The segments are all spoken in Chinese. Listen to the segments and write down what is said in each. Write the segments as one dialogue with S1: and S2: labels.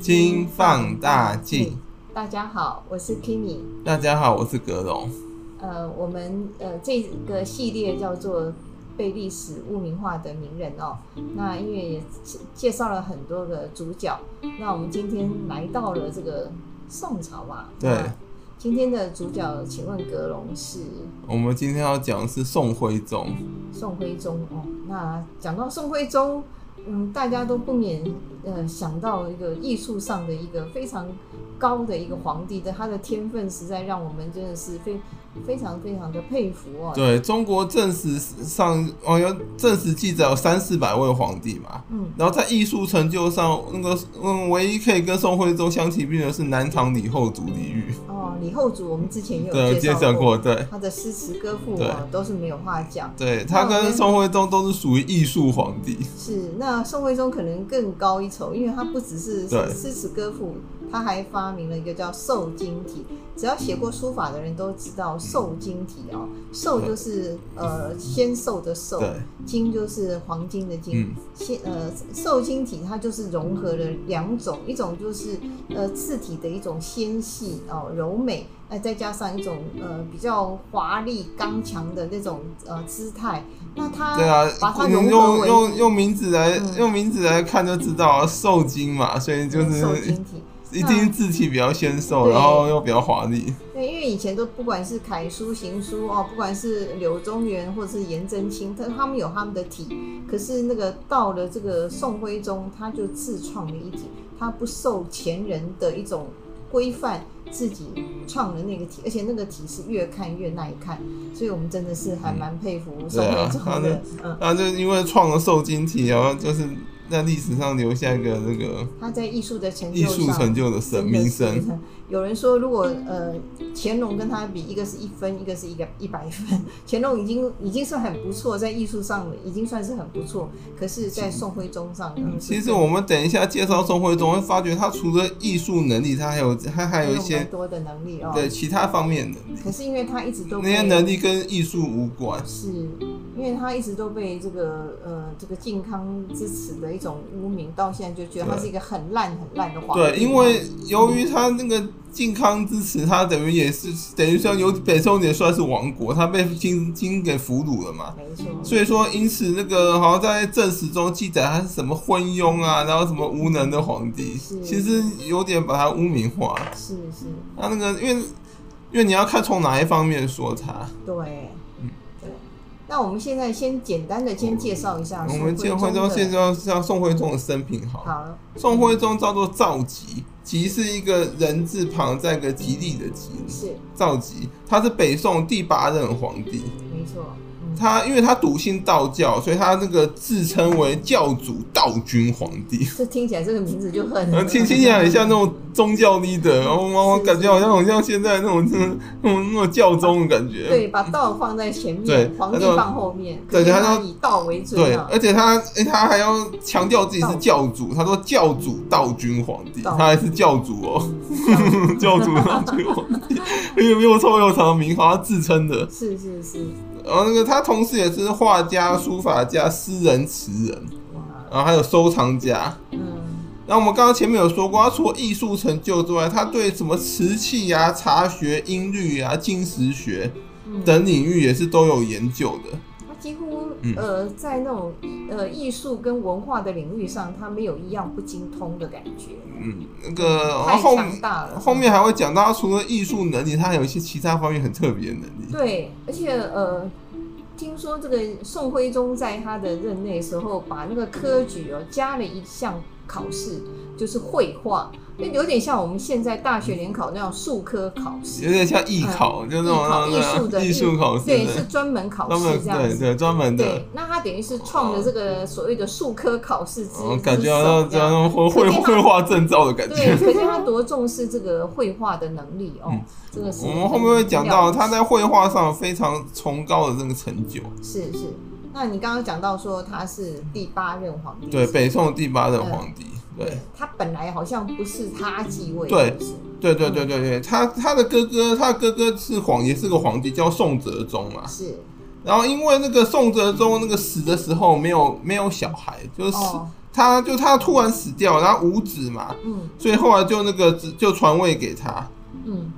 S1: 金放大镜。
S2: 大家好，我是 Kimi。
S1: 大家好，我是格龙。
S2: 呃，我们呃这个系列叫做被历史污名化的名人哦。那因为也介绍了很多个主角，那我们今天来到了这个宋朝嘛。
S1: 对
S2: 那今天的主角，请问格隆是
S1: 我们今天要讲的是宋徽宗，
S2: 宋徽宗哦。那讲到宋徽宗，嗯，大家都不免呃想到一个艺术上的一个非常高的一个皇帝的，他的天分实在让我们真的是非非常非常的佩服哦。
S1: 对中国正史上哦，有正史记载有三四百位皇帝嘛。
S2: 嗯，
S1: 然后在艺术成就上，那个嗯，唯一可以跟宋徽宗相提并论的是南唐李后主李煜，
S2: 哦，李后主我们之前也
S1: 对，
S2: 有
S1: 介
S2: 绍
S1: 绍过，对，
S2: 他的诗词歌赋哦，都是没有话讲。
S1: 对他
S2: 那我
S1: 跟
S2: 们
S1: 宋徽宗都是属于艺术皇帝，
S2: 是，那宋徽宗可能更高一筹，因为他不只是
S1: 对
S2: 诗词歌赋，他还发明了一个叫瘦金体。只要写过书法的人都知道瘦金体哦，瘦就是呃纤瘦的瘦，
S1: 对
S2: 金就是黄金的金
S1: 嗯，
S2: 纤、呃瘦金体它就是融合了两种，一种就是呃字体的一种纤细哦柔美，那、再加上一种呃比较华丽刚强的那种呃姿态，那它
S1: 对啊
S2: 把，它
S1: 用
S2: 融合
S1: 用
S2: 为
S1: 用用名字来、
S2: 嗯
S1: 用名字来看就知道啊，受精嘛，所以就
S2: 瘦
S1: 是
S2: 金体。
S1: 一定字体比较纤瘦，
S2: 对
S1: 然后又比较华丽。
S2: 对，因为以前都不管是楷书、行书哦，不管是柳宗元或者是颜真卿，他他们有他们的体，可是那个到了这个宋徽宗，他就自创了一体，他不受前人的一种规范，自己创了那个体，而且那个体是越看越耐看，所以我们真的是还蛮佩服宋徽宗
S1: 嗯对
S2: 的
S1: 啊，
S2: 嗯。
S1: 那就因为创了受精体，然后就是在历史上留下一个那个
S2: 他在艺术的成就
S1: 艺
S2: 上，
S1: 术成就的神名声。。
S2: 有人说，如果呃乾隆跟他比，一个是一分，一个是一个一百分。乾隆已经已经算很不错，在艺术上已经算是很不错，可是，在宋徽宗上，嗯
S1: 其实我们等一下介绍宋徽宗，会发觉他除了艺术能力，他还有他还有一
S2: 蛮
S1: 些
S2: 多的能力哦。
S1: 对其他方面的能力
S2: 可是因为他一直都
S1: 那
S2: 被
S1: 些能力跟艺术无关。
S2: 是因为他一直都被这个呃这个靖康之耻的一种污名，到现在就觉得他
S1: 对
S2: 是一个很烂很烂的皇帝。
S1: 对，因为由于他那个靖康之耻，他等于也是等于说由北宋也算是亡国，他被金金给俘虏了嘛。
S2: 没错，
S1: 所以说，因此那个好像在正史中记载他是什么昏庸啊，然后什么无能的皇帝
S2: 是，
S1: 其实有点把他污名化。
S2: 是是，
S1: 他那个因为因为你要看从哪一方面说他，
S2: 啊对，
S1: 嗯
S2: 对。那我们现在先简单的先介绍一下
S1: 我
S2: 宋
S1: 们介
S2: 徽
S1: 绍
S2: 宗的
S1: 介绍像宋徽宗的生平好了。
S2: 好，
S1: 宋徽宗叫做赵佶，佶是一个人字旁再一个吉利的吉，
S2: 是
S1: 赵佶，他是北宋第八任皇帝。
S2: 没错，嗯，
S1: 他因为他笃信道教，所以他那个自称为教主道君皇帝。
S2: 这听起来这个名字就很
S1: 呃，听听起来很像那种宗教
S2: 嗯
S1: leader，然后我我
S2: 是
S1: 感觉好像好像现在那种那种那种那种教宗的感觉。
S2: 对，把道放在前面
S1: 对，
S2: 皇帝
S1: 那种
S2: 放后面，
S1: 对
S2: 可是
S1: 他
S2: 他
S1: 说
S2: 以道为
S1: 对哎
S2: 尊啊，
S1: 而且他诶他还要强调自己是教主，他说教主道君皇帝，
S2: 道
S1: 他还是教主哦， 教主道君皇帝，又又臭又长的名号，他自称的。
S2: 是是是，
S1: 然后那个他同时也是画家、书法家、诗人、词人，
S2: 哇，
S1: 然后还有收藏家。
S2: 嗯，
S1: 那我们刚刚前面有说过，他除了艺术成就之外，他对什么瓷器啊、茶学、音律啊、金石学
S2: 嗯
S1: 等领域也是都有研究的。
S2: 他几乎
S1: 嗯
S2: 呃在那种呃艺术跟文化的领域上，他没有一样不精通的感觉，
S1: 嗯，那个
S2: 太
S1: 后
S2: 强大了，
S1: 后面还会讲到，他除了艺术能力，他还有一些其他方面很特别的能力。
S2: 对，而且呃，听说这个宋徽宗在他的任内时候，把那个科举哦加了一项考试，就是绘画，那有点像我们现在大学联考那样术科考
S1: 有
S2: 试，
S1: 点像艺考，就那
S2: 艺考
S1: 种
S2: 嗯艺术的
S1: 艺术考试，
S2: 对，是专门考
S1: 专
S2: 试
S1: 门
S2: 这样
S1: 对
S2: 子。
S1: 对专门的
S2: 对，，那他等于是创了这个所谓的术科考试之
S1: 我
S2: 之
S1: 哦感觉
S2: 首
S1: 好像
S2: 这样
S1: 像那种绘绘
S2: 可见他
S1: 绘画证照的感
S2: 对，
S1: 觉。
S2: 可见他多重视这个绘画的能力哦
S1: 嗯，
S2: 这个是
S1: 我们后面会讲到
S2: 很了不起
S1: 他在绘画上有非常崇高的这个成就。
S2: 是是，那你刚刚讲到说他是第八任皇帝，
S1: 对，
S2: 是
S1: 北宋第八任皇帝。对，
S2: 他本来好像不是他继位，
S1: 对
S2: 是不是，
S1: 对对对对对，他他的哥哥，他的哥哥是皇，也是个皇帝，叫宋哲宗嘛。
S2: 是
S1: 然后因为那个宋哲宗那个死的时候没有没有小孩，就是死、
S2: 哦，
S1: 他就他突然死掉，然后无子嘛，
S2: 嗯
S1: 所以后来就那个就传位给他。
S2: 嗯，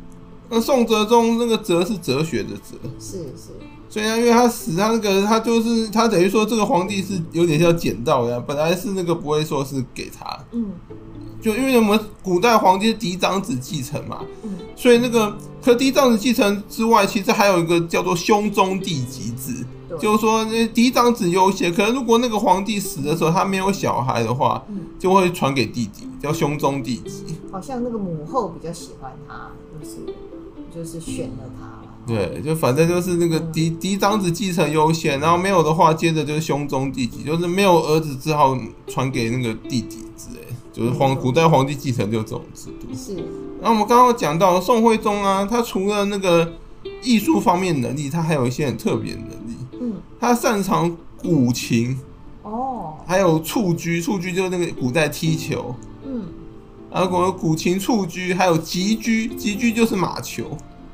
S1: 那宋哲宗那个哲是哲学的哲，
S2: 是是，
S1: 所以呢，因为他死，他那个他就是他等于说这个皇帝是有点像捡到的，本来是那个不会说是给他，
S2: 嗯
S1: 就因为我们古代皇帝是嫡长子继承嘛，
S2: 嗯
S1: 所以那个可嫡长子继承之外，其实还有一个叫做兄终弟及制，
S2: 对
S1: 就是说那嫡长子优先。可能如果那个皇帝死的时候他没有小孩的话，
S2: 嗯，
S1: 就会传给弟弟，叫兄终弟及。
S2: 好像那个母后比较喜欢他，就是就是选了他了。
S1: 对，就反正就是那个
S2: 嗯
S1: 嫡嫡长子继承优先，然后没有的话，接着就是兄终弟及，就是没有儿子只好传给那个弟弟之类，就是皇
S2: 嗯
S1: 古代皇帝继承就这种制度。
S2: 是，
S1: 然后我们刚刚讲到宋徽宗啊，他除了那个艺术方面能力，他还有一些很特别的能力，
S2: 嗯，
S1: 他擅长古琴，
S2: 哦，
S1: 还有蹴鞠，蹴鞠就是那个古代踢球，
S2: 嗯，
S1: 然后古琴、蹴鞠，还有击鞠，击鞠就是马球。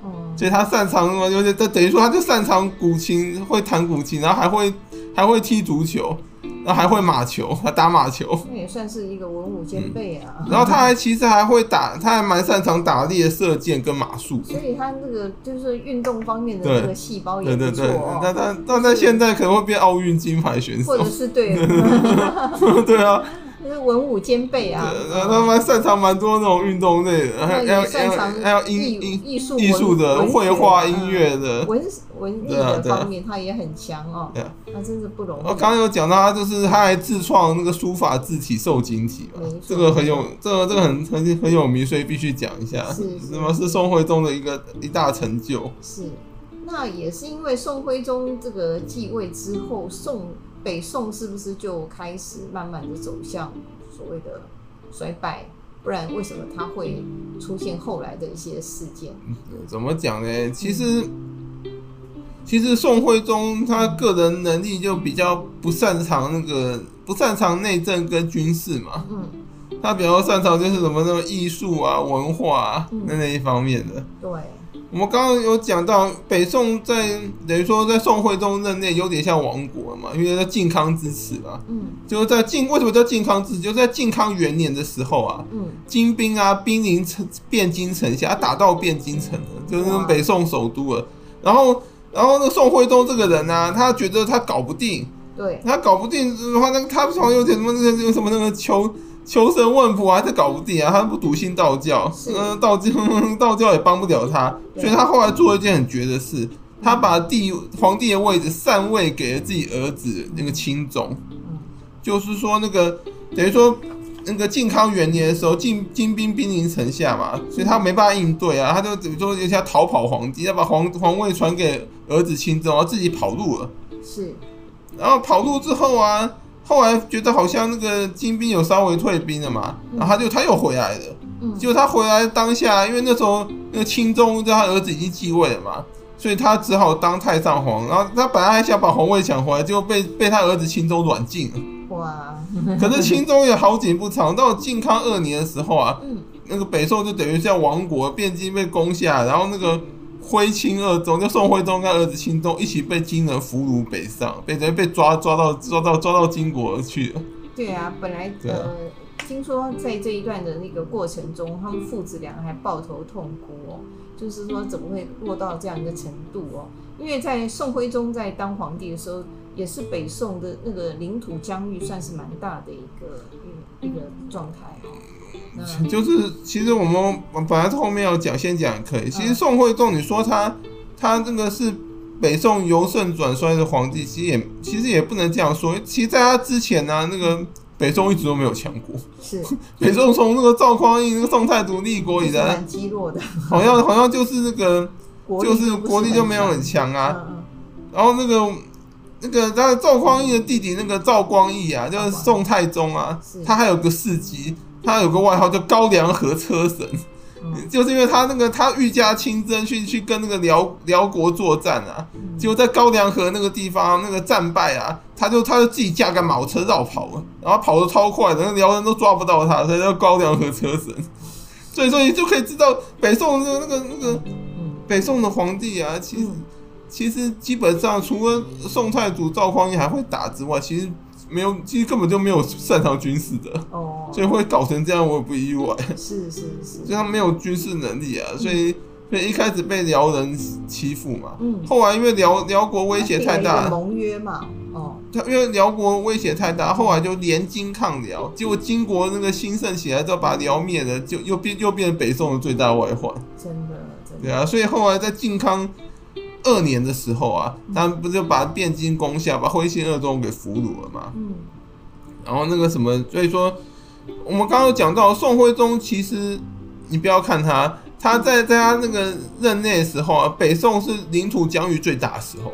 S2: 哦，
S1: 所以他擅长嘛，就是他等于说他就擅长古琴，会弹古琴，然后还会还会踢足球，然后还会马球，他打马球，
S2: 那也算是一个文武兼备啊。
S1: 然后他还其实还会打，他还蛮擅长打猎、射箭跟马术的
S2: 所。以他那个就是运动方面的那个细胞
S1: 对
S2: 也不
S1: 对
S2: 错、
S1: 对，
S2: 哦，
S1: 但但但在现在可能会变奥运金牌选手
S2: 或，者是 对，
S1: 对啊，
S2: 就是文武兼备啊。
S1: 对然后他蛮擅长蛮多那种运动类的，还
S2: 那
S1: 有还有
S2: 也擅长
S1: 还有
S2: 艺
S1: 音音
S2: 艺术
S1: 艺术的、
S2: 文
S1: 绘画、音、乐的
S2: 文学啊文文艺
S1: 对啊
S2: 的
S1: 对啊
S2: 方面，他也很强哦
S1: 对啊。
S2: 他真是不容
S1: 我
S2: 易。
S1: 刚刚有讲到，他就是他还自创那个书法字体瘦金体嘛
S2: 没错，
S1: 这个很有，这个这个很很很有名，所以必须讲一下，
S2: 是是
S1: 什么是宋徽宗的一个一大成就。
S2: 是，那也是因为宋徽宗这个继位之后，宋北宋是不是就开始慢慢的走向所谓的衰败？不然为什么他会出现后来的一些事件？
S1: 怎么讲呢？其实其实宋徽宗他个人能力就比较不擅长那个不擅长内政跟军事嘛，
S2: 嗯，
S1: 他比较擅长就是什么那种艺术啊、文化啊
S2: 嗯
S1: 那那一方面的。
S2: 对，
S1: 我们刚刚有讲到北宋在等于说在宋徽宗任内有点像亡国嘛，因为叫靖康之耻嘛，
S2: 嗯
S1: 就是在靖为什么叫靖康之耻？就是在靖康元年的时候啊，
S2: 嗯。
S1: 金兵啊兵临城汴京城下，打到汴京城了，就是北宋首都了。然后然后那宋徽宗这个人呢、啊，他觉得他搞不定，
S2: 对，
S1: 他搞不定的话，那个他好像有点什么那个有什么那个求求神问卜啊，他搞不定啊，他不笃信道教，
S2: 是
S1: 嗯、道教 道教也帮不了他，
S2: 对嗯
S1: 所以他后来做了一件很绝的事，他把帝皇帝的位置禅位给了自己儿子那个钦宗，
S2: 嗯
S1: 就是说那个等于说。那个靖康元年的时候，金金兵兵临城下嘛，所以他没办法应对啊，他就等于说有点像逃跑皇帝，要把皇皇位传给儿子钦宗，然后自己跑路了。
S2: 是，
S1: 然后跑路之后啊，后来觉得好像那个金兵有稍微退兵了嘛，
S2: 嗯
S1: 然后他就他又回来了。
S2: 嗯，
S1: 结果他回来当下，因为那时候那个钦宗他儿子已经继位了嘛，所以他只好当太上皇。然后他本来还想把皇位抢回来，结果被被他儿子钦宗软禁了。
S2: 哇，
S1: 可是钦宗也好景不长，到靖康二年的时候啊，
S2: 嗯，
S1: 那个北宋就等于像亡国，汴京被攻下，然后那个徽钦二宗，就宋徽宗跟儿子钦宗一起被金人俘虏北上，被人被抓抓到抓到抓到金国去了。
S2: 对啊，本来
S1: 对啊
S2: 呃，听说在这一段的那个过程中，他们父子俩还抱头痛哭哦，就是说怎么会落到这样一个程度哦？因为在宋徽宗在当皇帝的时候，也是北宋的那个领土疆域算是蛮大的一个一个一个状态哦。 那
S1: 就是其实我们本来后面要讲，先讲也可以。其实宋徽宗，你说他他这个是北宋由盛转衰的皇帝，其实也其实也不能这样说。其实在他之前呢、那个北宋一直都没有强国。
S2: 是
S1: 北宋从那个赵匡胤、那个宋太祖立国以
S2: 就是
S1: 来，
S2: 蛮积弱的，
S1: 好像好像就是那个。
S2: 国力
S1: 就是
S2: 不
S1: 国力就没有很
S2: 强
S1: 强啊。
S2: 嗯
S1: 然后那个那个他赵匡胤的弟弟那个赵光义啊，就是宋太宗啊
S2: 是，
S1: 他还有个事迹，他有个外号叫高粱河车神，
S2: 嗯嗯
S1: 就是因为他那个他御驾亲征去去跟那个辽辽国作战啊，
S2: 嗯
S1: 结果在高粱河那个地方、那个战败啊，他就他就自己驾个马车绕跑了，然后跑得超快的，那辽人都抓不到他，所以叫高粱河车神。所以，所以就可以知道北宋的那个那个
S2: 嗯
S1: 北宋的皇帝啊，其实
S2: 嗯
S1: 其实基本上除了宋太祖赵匡胤还会打之外，其实没有，其实根本就没有擅长军事的，
S2: 哦，
S1: 所以会搞成这样，我也不意外。
S2: 是是是
S1: 就，他没有军事能力啊，所以所以一开始被辽人欺负嘛，
S2: 嗯，
S1: 后来因为辽辽国威胁太
S2: 他定了
S1: 大
S2: 一个，盟约嘛，哦，
S1: 他因为辽国威胁太大，后来就联金抗辽，结果金国那个兴盛起来之后把辽灭了，就又变又变北宋的最大外患，
S2: 真的真
S1: 对
S2: 的，
S1: 啊，所以后来在靖康。二年的时候啊，他们不就把汴京攻下，把徽信二州给俘虏了嘛？
S2: 嗯，
S1: 然后那个什么，所以说我们刚刚有讲到宋徽宗，其实你不要看他，他在在他那个任内的时候啊，北宋是领土疆域最大的时候，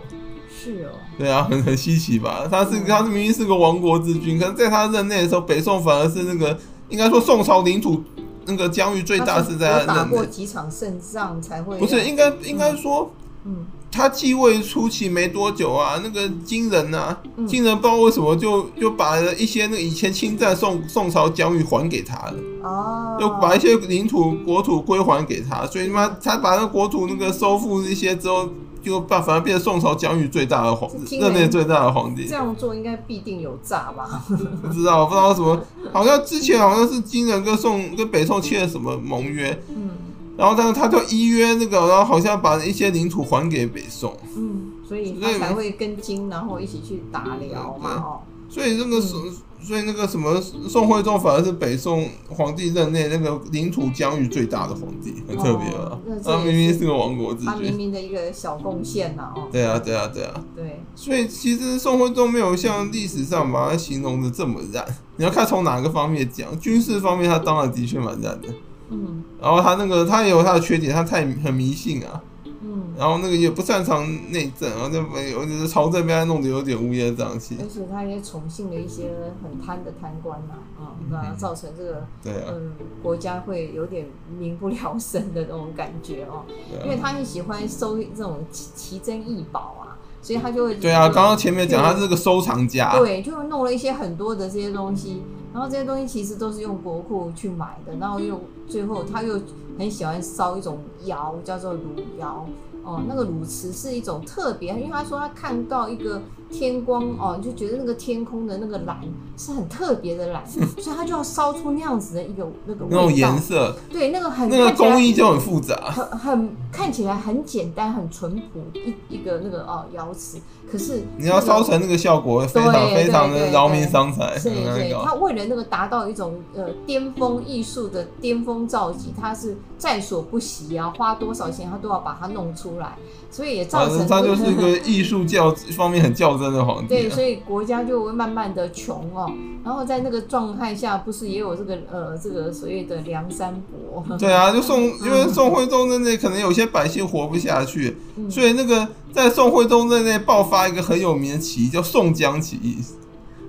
S2: 是哦，
S1: 对啊，很很稀奇吧？他是他是明明是个亡国之君，可是在他任内的时候，北宋反而是那个应该说宋朝领土那个疆域最大是在
S2: 他
S1: 他
S2: 打
S1: 任
S2: 过
S1: 内，
S2: 几场胜仗才会
S1: 不是
S2: 让
S1: 应该应该说。
S2: 嗯
S1: 他继位初期没多久啊，那个金人啊，
S2: 嗯
S1: 金人不知道为什么就就把一些那个以前侵占宋宋朝疆域还给他了，
S2: 哦，
S1: 就把一些领土国土归还给他，所以他妈他把那国土那个收复一些之后，就把反而变成宋朝疆域最大的皇
S2: 这，听
S1: 任内
S2: 人
S1: 最大的皇帝
S2: 这。样做应该必定有 诈吧？
S1: 不知道不知道什么，好像之前好像是金人跟宋跟北宋签了什么盟约，
S2: 嗯
S1: 然后但他就依约那个，然后好像把一些领土还给北宋。
S2: 嗯，所以
S1: 所以
S2: 他才会跟金，然后一起去打辽嘛，哦，
S1: 所以那个宋，
S2: 嗯
S1: 所以那个什么宋徽宗反而是北宋皇帝任内那个领土疆域最大的皇帝，很特别吧
S2: 哦那？这
S1: 他
S2: 也
S1: 明明
S2: 是
S1: 是个亡国之
S2: 他明
S1: 君。
S2: 明的一个小贡献呐，哦，
S1: 对啊，对啊，对啊。
S2: 对，
S1: 所以其实宋徽宗没有像历史上把它形容的这么烂。你要看从哪个方面讲，军事方面他当然的确蛮烂的。
S2: 嗯
S1: 然后他那个他也有他的缺点，他太很迷信啊，
S2: 嗯，
S1: 然后那个也不擅长内政，然后就没有就是朝政被他弄得有点乌烟瘴气。
S2: 而且他也宠幸了一些很贪的贪官呐，啊，那造成这个
S1: 对啊，
S2: 嗯国家会有点民不聊生的那种感觉哦，因
S1: 对
S2: 为
S1: 啊。
S2: 他很喜欢收这种奇奇珍异宝啊，所以他就会
S1: 对啊，刚刚前面讲他是个收藏家，
S2: 对，就弄了一些很多的这些东西，然后这些东西其实都是用国库去买的，然后又最后他又很喜欢烧一种窑，叫做汝窑。哦，那个汝瓷是一种特别，因为他说他看到一个天光哦，就觉得那个天空的那个蓝是很特别的 蓝，所以他就要烧出那样子的一个那个味
S1: 那种颜
S2: 道。
S1: 色，
S2: 对，那个很
S1: 那个
S2: 看起来
S1: 工艺就很复杂。
S2: 很很看起来很简单、很淳朴一一个那个哦窑瓷，可是
S1: 你要
S2: 那个
S1: 烧成那个效果，会非常
S2: 对
S1: 非常的
S2: 对对
S1: 劳民伤财，
S2: 是
S1: 很难
S2: 对，
S1: 搞。
S2: 他为了那个达到一种呃巅峰艺术的巅峰造诣，他是在所不惜啊，花多少钱他都要把它弄出来，所以也造
S1: 反
S2: 成
S1: 正他就是一个艺术较方面很较真的皇帝
S2: 对，
S1: 啊。
S2: 所以国家就会慢慢的穷哦，然后在那个状态下，不是也有这个呃这个所谓的梁山伯，
S1: 对啊，就宋，因为宋徽宗任内可能有些百姓活不下去，
S2: 嗯
S1: 所以那个在宋徽宗任内爆发一个很有名的起义，叫宋江起义。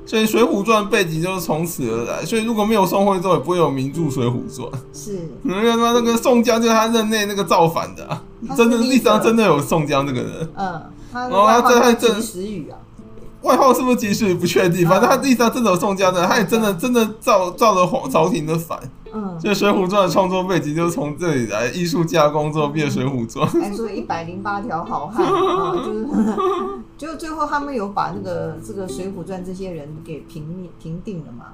S1: 所以《水浒传》背景就是从此而来。所以如果没有宋徽宗，也不会有名著《水浒传》。
S2: 是
S1: 你们他妈那个宋江就是他任内那个造反的、啊，
S2: 他是
S1: 真的历史上
S2: leader
S1: 真的有宋江这个人。
S2: 嗯，他
S1: 然后他这
S2: 他
S1: 他这
S2: 及时雨啊，
S1: 外号是不是即使不确定，
S2: 嗯
S1: 反正他历史上真的有宋江的，他也真的真的造造了皇朝廷的反。
S2: 嗯，
S1: 这《水浒传》的创作背景就是从这里来，艺术加工之后变《水浒传》。
S2: 还哎说一百零八条 好汉啊，就是 就最后他们有把那个这个《水浒传》这些人给平平定了嘛？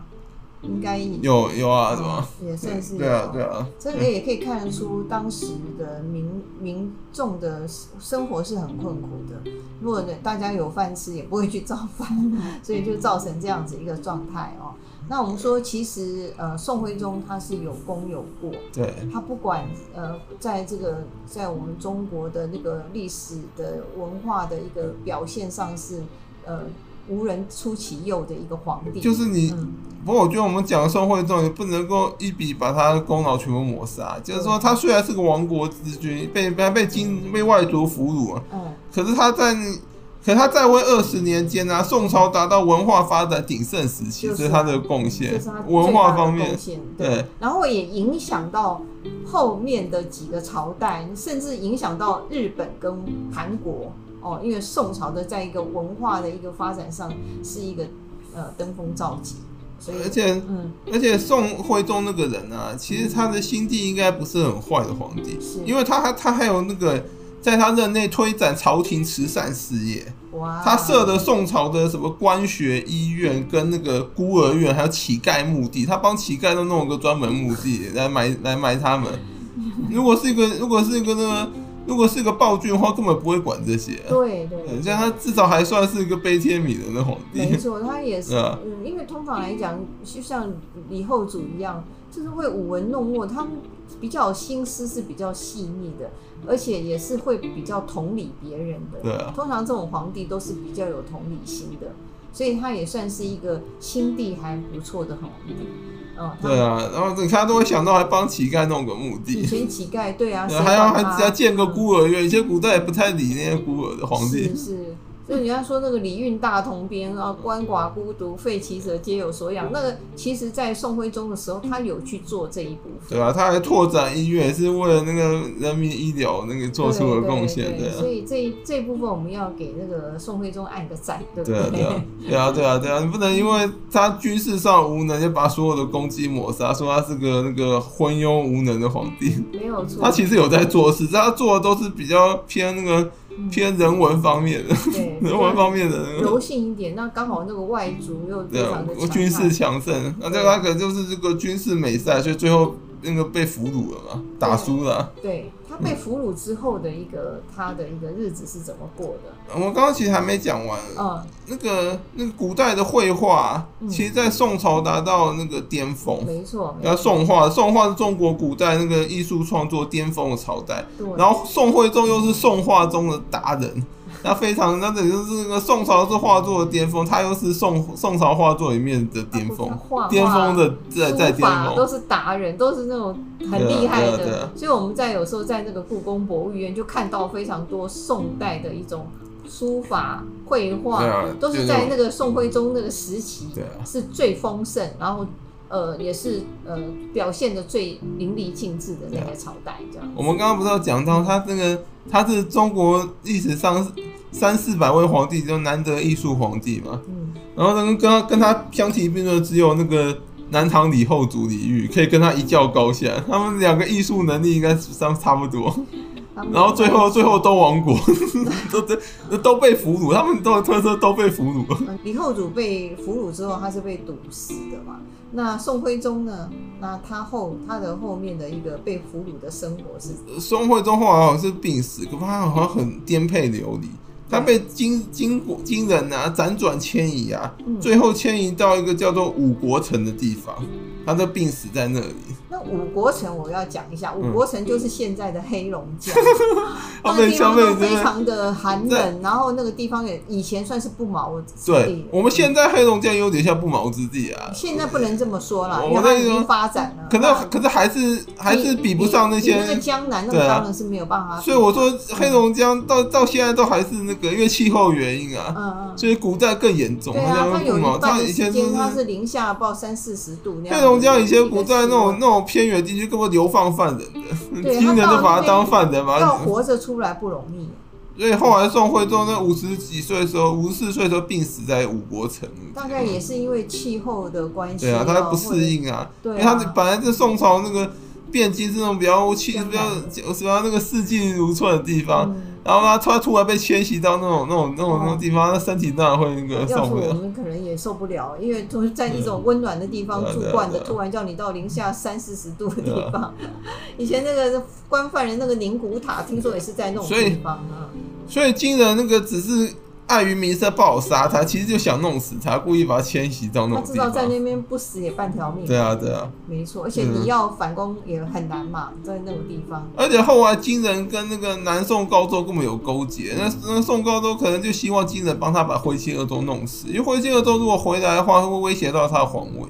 S2: 应该有
S1: 有有啊，是吧？
S2: 也算嗯是
S1: 对啊，对
S2: 有。
S1: 啊，
S2: 这个也可以看得出当时的民民众的生活是很困苦的，如果大家有饭吃，也不会去造反， 所以就造成这样子一个状态哦。那我们说，其实呃，宋徽宗他是有功有过，
S1: 对，啊
S2: 他不管呃，在这个在我们中国的那个历史的文化的一个表现上是呃无人出其右的一个皇帝，
S1: 就是你。
S2: 嗯
S1: 不过我觉得我们讲宋徽宗，也不能够一笔把他的功劳全部抹杀。就是说，他虽然是个亡国之君，被被被金被外族俘虏啊，
S2: 嗯
S1: 可是他在。可是他在位二十年间啊，宋朝达到文化发展鼎盛时期，
S2: 就是
S1: 这是他的贡
S2: 这
S1: 献
S2: 是他。最
S1: 文化
S2: 大的
S1: 方
S2: 贡
S1: 面，
S2: 献
S1: 对
S2: 对，然后也影响到后面的几个朝代，甚至影响到日本跟韩国哦，因为宋朝的在一个文化的一个发展上是一个呃登峰造极，所以
S1: 而且
S2: 嗯
S1: 而且宋徽宗那个人啊，其实他的心地应该不是很坏的皇帝
S2: 是，
S1: 因为他他还有那个在他任内推展朝廷慈善事业。
S2: 哇，
S1: 他设的宋朝的什么官学、医院跟那个孤儿院，还有乞丐墓地，他帮乞丐都弄了个专门墓地来埋来埋他们。如果是一个如果是一个那个如果是一个暴君的话，根本不会管这些。
S2: 对对
S1: 对，像他至少还算是一个悲天悯人的皇
S2: 没
S1: 帝。
S2: 错，他 也是，
S1: 对啊
S2: 嗯，因为通常来讲，就像李后主一样，就是会舞文弄墨，他们比较心思是比较细腻的，而且也是会比较同理别人的。
S1: 对啊
S2: 通常这种皇帝都是比较有同理心的，所以他也算是一个心地还不错的皇帝。嗯，他
S1: 对啊，然后你看他都会想到还帮乞丐弄个墓
S2: 以
S1: 地，
S2: 前乞丐对 啊，
S1: 对
S2: 谁
S1: 还要
S2: 管
S1: 还
S2: 他
S1: 只要建个孤儿院，以前古代也不太理那些孤儿的皇帝
S2: 是。是，所以人家说那个礼运大同编啊，鳏寡孤独废其者皆有所养。那个其实，在宋徽宗的时候，他有去做这一部分，
S1: 对啊，他还拓展医院，也是为了那个人民医疗那个做出了贡献啊
S2: 对对
S1: 的。
S2: 对所以这一这一部分，我们要给那个宋徽宗按个赞，对不
S1: 对 啊，对啊，对啊，对啊，对啊！你不能因为他军事上无能，就把所有的攻击抹杀，说他是个那个昏庸无能的皇帝。
S2: 没有错。
S1: 他其实有在做事，但他做的都是比较偏那个
S2: 嗯
S1: 偏人文方面的，
S2: 对
S1: 人文方面的那个。
S2: 柔性一点，那刚好那个外族又非
S1: 对啊
S2: 常的强，
S1: 军
S2: 悍
S1: 事强盛，那这个他可能就是这个军事美赛，所以最后那个被俘虏了嘛，打输了啊、
S2: 对他被俘虏之后的一个他的一个日子是怎么过的？
S1: 我刚刚其实还没讲完，
S2: 嗯，
S1: 那个那个古代的绘画，
S2: 嗯
S1: 其实在宋朝达到那个巅峰。
S2: 没错，没
S1: 要
S2: 错，
S1: 宋画，宋画是中国古代那个艺术创作巅峰的朝代，
S2: 对，
S1: 然后宋徽宗又是宋画中的达人，那非常那等于就是那个宋朝是画作的巅峰，他又是宋宋朝画作里面的巅峰
S2: 他啊画画，
S1: 巅峰的在在
S2: 书
S1: 巅
S2: 法都
S1: 峰，
S2: 是达人，都是那种很厉害
S1: 对啊对啊对啊
S2: 的，所以我们在有时候在那个故宫博物院就看到非常多宋代的一种书法、绘画，
S1: 对啊
S2: 都是
S1: 就
S2: 在
S1: 是
S2: 那个宋徽宗那个时期
S1: 对啊
S2: 是最丰盛，然后呃也是呃表现的最淋漓尽致的那个朝代，这样。
S1: 我们刚刚不是有讲到他这个他是中国历史上三四百位皇帝中难得艺术皇帝嘛，
S2: 嗯，
S1: 然后呢，跟他跟他相提并论的只有那个南唐李后主李煜，可以跟他一较高下。他们两个艺术能力应该是相差不多，
S2: 他们
S1: 然后最后最后都亡国， 都都都被俘虏，他们都有特色都被俘虏。
S2: 呃李后主被俘虏之后，他是被毒死的嘛？那宋徽宗呢？那他后他的后面的一个被俘虏的生活是
S1: 宋徽宗后来好像是病死，可他好像很颠沛流离。他被金金国金人啊辗转迁移啊，
S2: 嗯
S1: 最后迁移到一个叫做五国城的地方，他就病死在那里。
S2: 那五国城我要讲一下，五国城就是现在的黑龙江，
S1: 嗯 他
S2: 那个
S1: 被
S2: 地
S1: 消
S2: 方
S1: 费
S2: 都
S1: 真
S2: 非
S1: 的
S2: 常的寒冷，然后那个地方也以前算是不毛之
S1: 对
S2: 地，，
S1: 我们现在黑龙江有点像不毛之地啊，
S2: 现在不能这么说啦，
S1: 我
S2: 因为
S1: 我在
S2: 它已经发展了，
S1: 可
S2: 那
S1: 是可是还是还是比不上那
S2: 比比那个
S1: 些，
S2: 江南，那
S1: 对
S2: 个
S1: 啊
S2: 当然是没有办法比，
S1: 所以我说黑龙江到到现在都还是那个，因为气候原因
S2: 嗯
S1: 啊，
S2: 嗯。
S1: 所以古代更严重，
S2: 对啊，它
S1: 像不
S2: 有
S1: 毛，
S2: 一半
S1: 它
S2: 的
S1: 以
S2: 时
S1: 前就
S2: 间它
S1: 是
S2: 是零下报三四十度那样。
S1: 黑龙江以前古代那种
S2: 一个气
S1: 那种偏远地区根本流放犯人的，
S2: 对
S1: 军人
S2: 他到
S1: 就把
S2: 那
S1: 他
S2: 边
S1: 当犯人，把
S2: 温
S1: 他
S2: 要活着出来不容易。
S1: 所以后来宋徽宗在五十几岁的时候，五十四岁的时候病死在五国城，
S2: 大概也是因为气候的关系
S1: 对啊，他
S2: 哦
S1: 不
S2: 或者
S1: 适应啊，
S2: 对啊
S1: 因为他本来是宋朝那个汴京这种比较气、
S2: 江南
S1: 比较比较那个四季如春的地方，
S2: 嗯
S1: 然后他突然突然被迁徙到那种那种那种
S2: 哦
S1: 那种地方，那身体当然会那 个
S2: 要
S1: 受
S2: 是
S1: 不
S2: 我
S1: 了。
S2: 们可能也受不了，因为都是在一种温暖的地方
S1: 对啊
S2: 住
S1: 对啊
S2: 惯的，
S1: 对啊
S2: 突然叫你到零下三四十度的
S1: 对
S2: 地
S1: 啊
S2: 方，以前那个官犯人那个宁古塔，听说也是在那种
S1: 所以
S2: 地方啊。
S1: 所以金人那个只是碍于名声不好杀他，其实就想弄死他，故意把他迁徙到那
S2: 他
S1: 种
S2: 知
S1: 地
S2: 道
S1: 方。
S2: 在那边不死也半条命，
S1: 对啊，对啊，
S2: 没错，而且
S1: 嗯
S2: 你要反攻也很难嘛，在那种地方。
S1: 而且后来金人跟那个南宋高宗根本有勾结，那那宋高宗可能就希望金人帮他把徽钦二宗弄死，因为徽钦二宗如果回来的话，会威胁到他的皇位。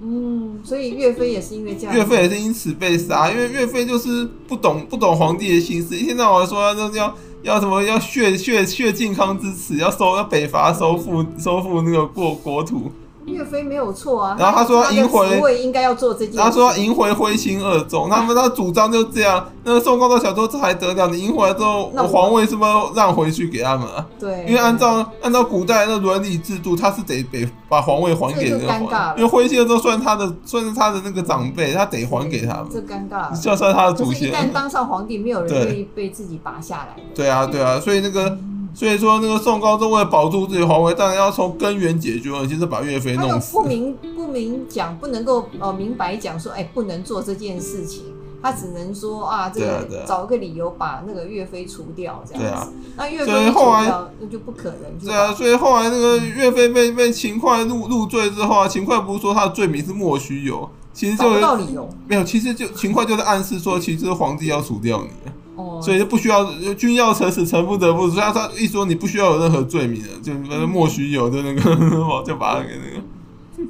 S2: 嗯，所以岳飞也是因为这样，
S1: 岳飞也是因此被杀，因为岳飞就是不懂不懂皇帝的心思，一天到晚说要要要什么要血血血靖康之耻，要收要北伐收复收复那个国国土，
S2: 岳飞没有错啊。
S1: 然后他说要
S2: 的
S1: 赢回
S2: 职位应该要做这件事。
S1: 然后说赢回徽钦二宗，他们的主张就这样。那个宋高宗想说这还得了？你赢回来之后，
S2: 那
S1: 我
S2: 我
S1: 皇位是不是要让回去给他们啊？
S2: 对，
S1: 因为按照按照古代的伦理制度，他是得得把皇位还给
S2: 这
S1: 人
S2: 就
S1: 家
S2: 尴尬
S1: 还。
S2: 了
S1: 因为徽钦二宗算他的算是他的那个长辈，他得还给他
S2: 这
S1: 们，
S2: 尴尬了。
S1: 就算他的祖
S2: 啊就是一
S1: 先。
S2: 旦当上皇帝，没有人
S1: 对
S2: 愿意被自己拔下来的。
S1: 对啊，对啊，所以那个，所以说那个宋高宗为了保住自己的皇位，当然要从根源解决问题，就是把岳飞
S2: 他
S1: 弄
S2: 又
S1: 死
S2: 不。明不明讲，不能够呃明白讲说，哎、不能做这件事情。他只能说啊，这
S1: 对啊对啊
S2: 个找一个理由把那个岳飞除掉，这样
S1: 对啊
S2: 子。那岳
S1: 所以
S2: 飞除
S1: 后来
S2: 掉，那就不可能。
S1: 对啊，，所以后来那个岳飞被被秦桧入入罪之后啊，秦桧不是说他的罪名是莫须有，其实
S2: 找
S1: 就
S2: 不
S1: 是
S2: 到理由。
S1: 没有，其实就秦桧就是暗示说，其实皇帝要除掉你了，
S2: 哦，
S1: 所以就不需要君要臣死，臣不得不死。所以他他一说你不需要有任何罪名了，就呃莫须有的那个， 哦就把他给那个。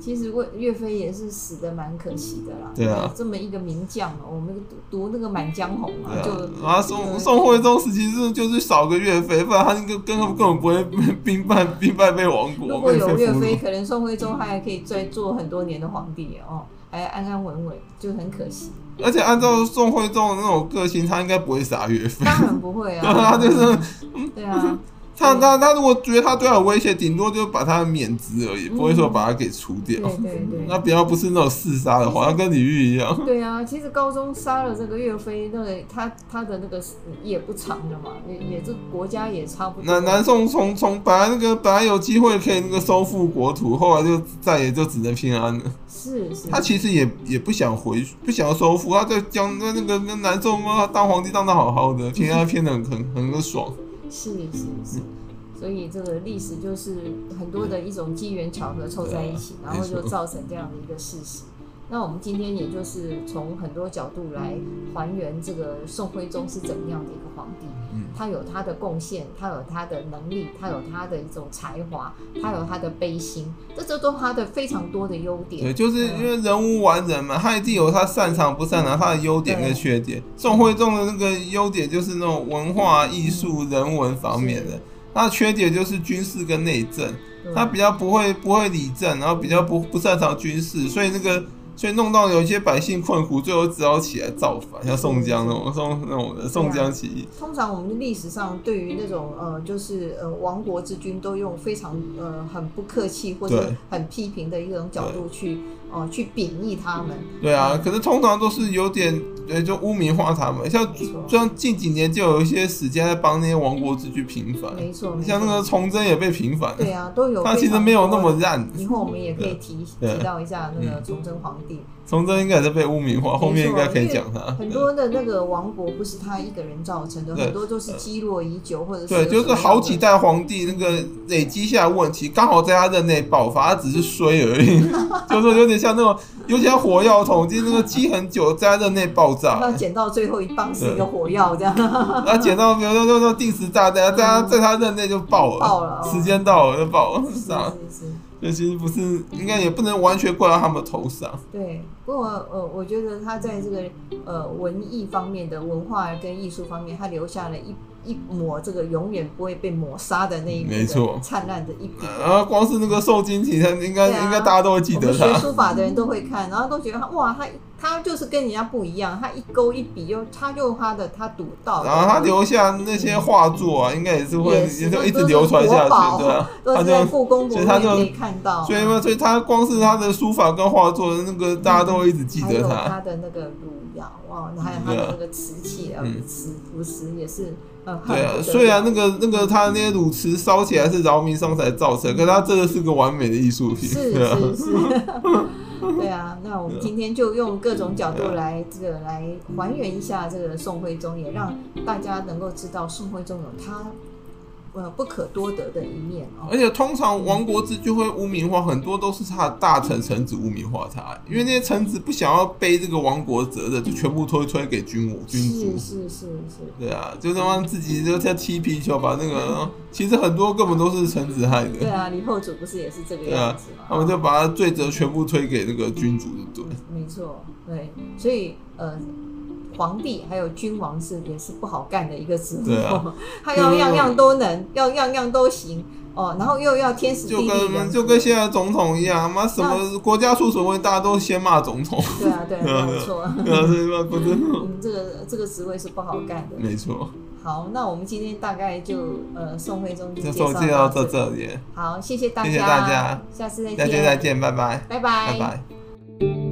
S2: 其实岳岳飞也是死的蛮可惜的啦。
S1: 对啊
S2: 这么一个名将哦，我们读读那个《满江红》啊，
S1: 对
S2: 就
S1: 啊，然后
S2: 对
S1: 宋宋徽宗时期是就是少个岳飞，不然他根根本根本不会兵败兵败被亡
S2: 如
S1: 国，
S2: 果
S1: 被
S2: 有岳
S1: 俘
S2: 飞，
S1: 虏。
S2: 可能宋徽宗他还可以再做很多年的皇帝哦，还安安稳稳，就很可惜。
S1: 而且按照宋徽宗的那种个性，他应该不会杀岳飞。
S2: 当然不会啊，
S1: 他就是
S2: 对啊，
S1: 他他他如果觉得他对他有威胁，顶多就把他免职而已，不会说把他给除掉
S2: 嗯对。对 对。
S1: 那不要不是那种嗜杀的话，要跟李煜一样。
S2: 对啊，其实高宗杀了这个岳飞，那个他他的那个也不长了嘛，也也这国家也差不多。
S1: 南南宋从从本来那个本来有机会可以那个收复国土，后来就再也就只能平安了。
S2: 是是，
S1: 他其实也也不想回，不想要收复，他在江在那个那南宋嘛，当皇帝当的好好的，偏安偏的很很很个爽。
S2: 是是是，
S1: 嗯
S2: 所以这个历史就是很多的一种机缘巧合凑在一起，
S1: 对啊
S2: 然后就
S1: 没错
S2: 造成这样的一个事实。那我们今天也就是从很多角度来还原这个宋徽宗是怎么样的一个皇帝，
S1: 嗯
S2: 他有他的贡献，他有他的能力，他有他的一种才华，他有他的悲心，这这都他的非常多的优
S1: 对，
S2: 点。
S1: 就是因为人无完人嘛，他一定有他擅长不擅长，他的优点跟缺点。宋徽宗的那个优点就是那种文化、艺术、人文方面的，他的缺点就是军事跟内政，
S2: 对
S1: 他比较不会不会理政，然后比较不不擅长军事，所以那个。所以弄到有一些百姓困苦，最后只好起来造反，像宋江那种、宋那种的宋江起义。
S2: 通常我们历史上对于那种呃，就是呃亡国之君，都用非常呃很不客气或者
S1: 对
S2: 很批评的一种角度去呃去贬义他们。
S1: 对啊，可是通常都是有点，呃，就污名化他们。像
S2: 没错
S1: 像近几年就有一些史家在帮那些亡国之躯平反，
S2: 没错，
S1: 呃
S2: 没错
S1: 像那个崇祯也被平反
S2: 对
S1: 了，
S2: 啊，都有
S1: 他
S2: 非常多的。
S1: 其实没有那么烂。
S2: 以后我们也可以提
S1: 对嗯
S2: 提到一下那个崇祯皇帝，
S1: 崇祯应该也是被污名化，
S2: 错
S1: 后面应该可以讲他。
S2: 很多的那个亡国不是他一个人造成的，
S1: 啊对呃
S2: 很多都是积弱已久，或者是
S1: 对，
S2: 有
S1: 就
S2: 什
S1: 是
S2: 么
S1: 好
S2: 样
S1: 几
S2: 的
S1: 代皇帝那个累积下来问题，刚好在他任内爆发，他只是衰而 已，就是有点像那种，尤其像火药桶，就是那个积很久，在他任内爆炸。
S2: 要捡到最后一棒是一个火药这样。
S1: 然后捡到，比如说说说定时炸弹，在他在他任内就爆了，
S2: 嗯爆了哦
S1: 时间到了就爆了，
S2: 是
S1: 是啊，
S2: 是是。
S1: 这其实不是，应该也不能完全怪到他们头上，
S2: 对，不过呃，我觉得他在这个呃文艺方面的文化跟艺术方面，他留下了一一抹这个永远不会被抹杀的那一
S1: 没错
S2: 灿烂的一笔。
S1: 然后光是那个受精体，他应该、
S2: 对啊
S1: 应该大家都会记
S2: 我
S1: 得
S2: 们学
S1: 他，
S2: 书法的人都会看，然后都觉得他哇，他他就是跟人家不一样，他一勾一笔又他就他的他独到的，
S1: 然后他留下那些画作啊，应该也是会
S2: 也是
S1: 也是会一直
S2: 都是
S1: 流传下
S2: 国宝嗯
S1: 去，对啊，
S2: 都
S1: 他
S2: 是在
S1: 就。
S2: 故宫博
S1: 所
S2: 物
S1: 以他
S2: 院
S1: 就
S2: 可以看到。啊
S1: 所以嘛，所以他光是他的书法跟画作，那个大家都会一直记
S2: 还
S1: 得
S2: 有
S1: 他。
S2: 他的那个汝窑哦，还有他
S1: 对啊
S2: 的那个瓷器啊，
S1: 嗯
S2: 瓷服饰也是呃，恨
S1: 对啊
S2: 不，得
S1: 虽然那个那个他那些乳池烧起来是饶命伤才造成，可是他真的是个完美的艺术品。
S2: 是
S1: 对啊。
S2: 是是， 对啊，那我们今天就用各种角度来这个来还原一下这个宋徽宗，也让大家能够知道宋徽宗有他呃不可多得的一面哦。
S1: 而且通常亡国之君会污名化，很多都是他的大臣臣子污名化他，因为那些臣子不想要背这个亡国责任，就全部推推给君武君
S2: 是
S1: 主。
S2: 是是是，
S1: 对啊，就他妈自己就在踢皮球，把那个其实很多根本都是臣子害
S2: 对
S1: 的，
S2: 啊，李后主不是也是这个
S1: 对啊
S2: 样子吗？
S1: 他们就把他罪责全部推给那个君主就对。
S2: 没错，对，所以呃。皇帝还有君王 是也是不好干的一个职务，
S1: 对啊
S2: 他要样样都能，要样样都行哦，然后又要天时
S1: 就
S2: 地利人
S1: 跟
S2: 和
S1: 就跟现在总统一样，妈什么国家出什么问题，大家都先骂总统，
S2: 对啊对啊，没有错，
S1: 对啊，是吧？不是，
S2: 我们这个这个职位是不好干的。
S1: 没错，
S2: 好，那我们今天大概就呃宋徽宗就
S1: 就
S2: 介
S1: 说
S2: 绍
S1: 介绍
S2: 到
S1: 到
S2: 这，
S1: 这里，
S2: 好，谢谢大家，
S1: 谢谢大家
S2: 下次再
S1: 大
S2: 见，
S1: 家再见，拜拜，
S2: 拜
S1: 拜
S2: 拜，
S1: 拜。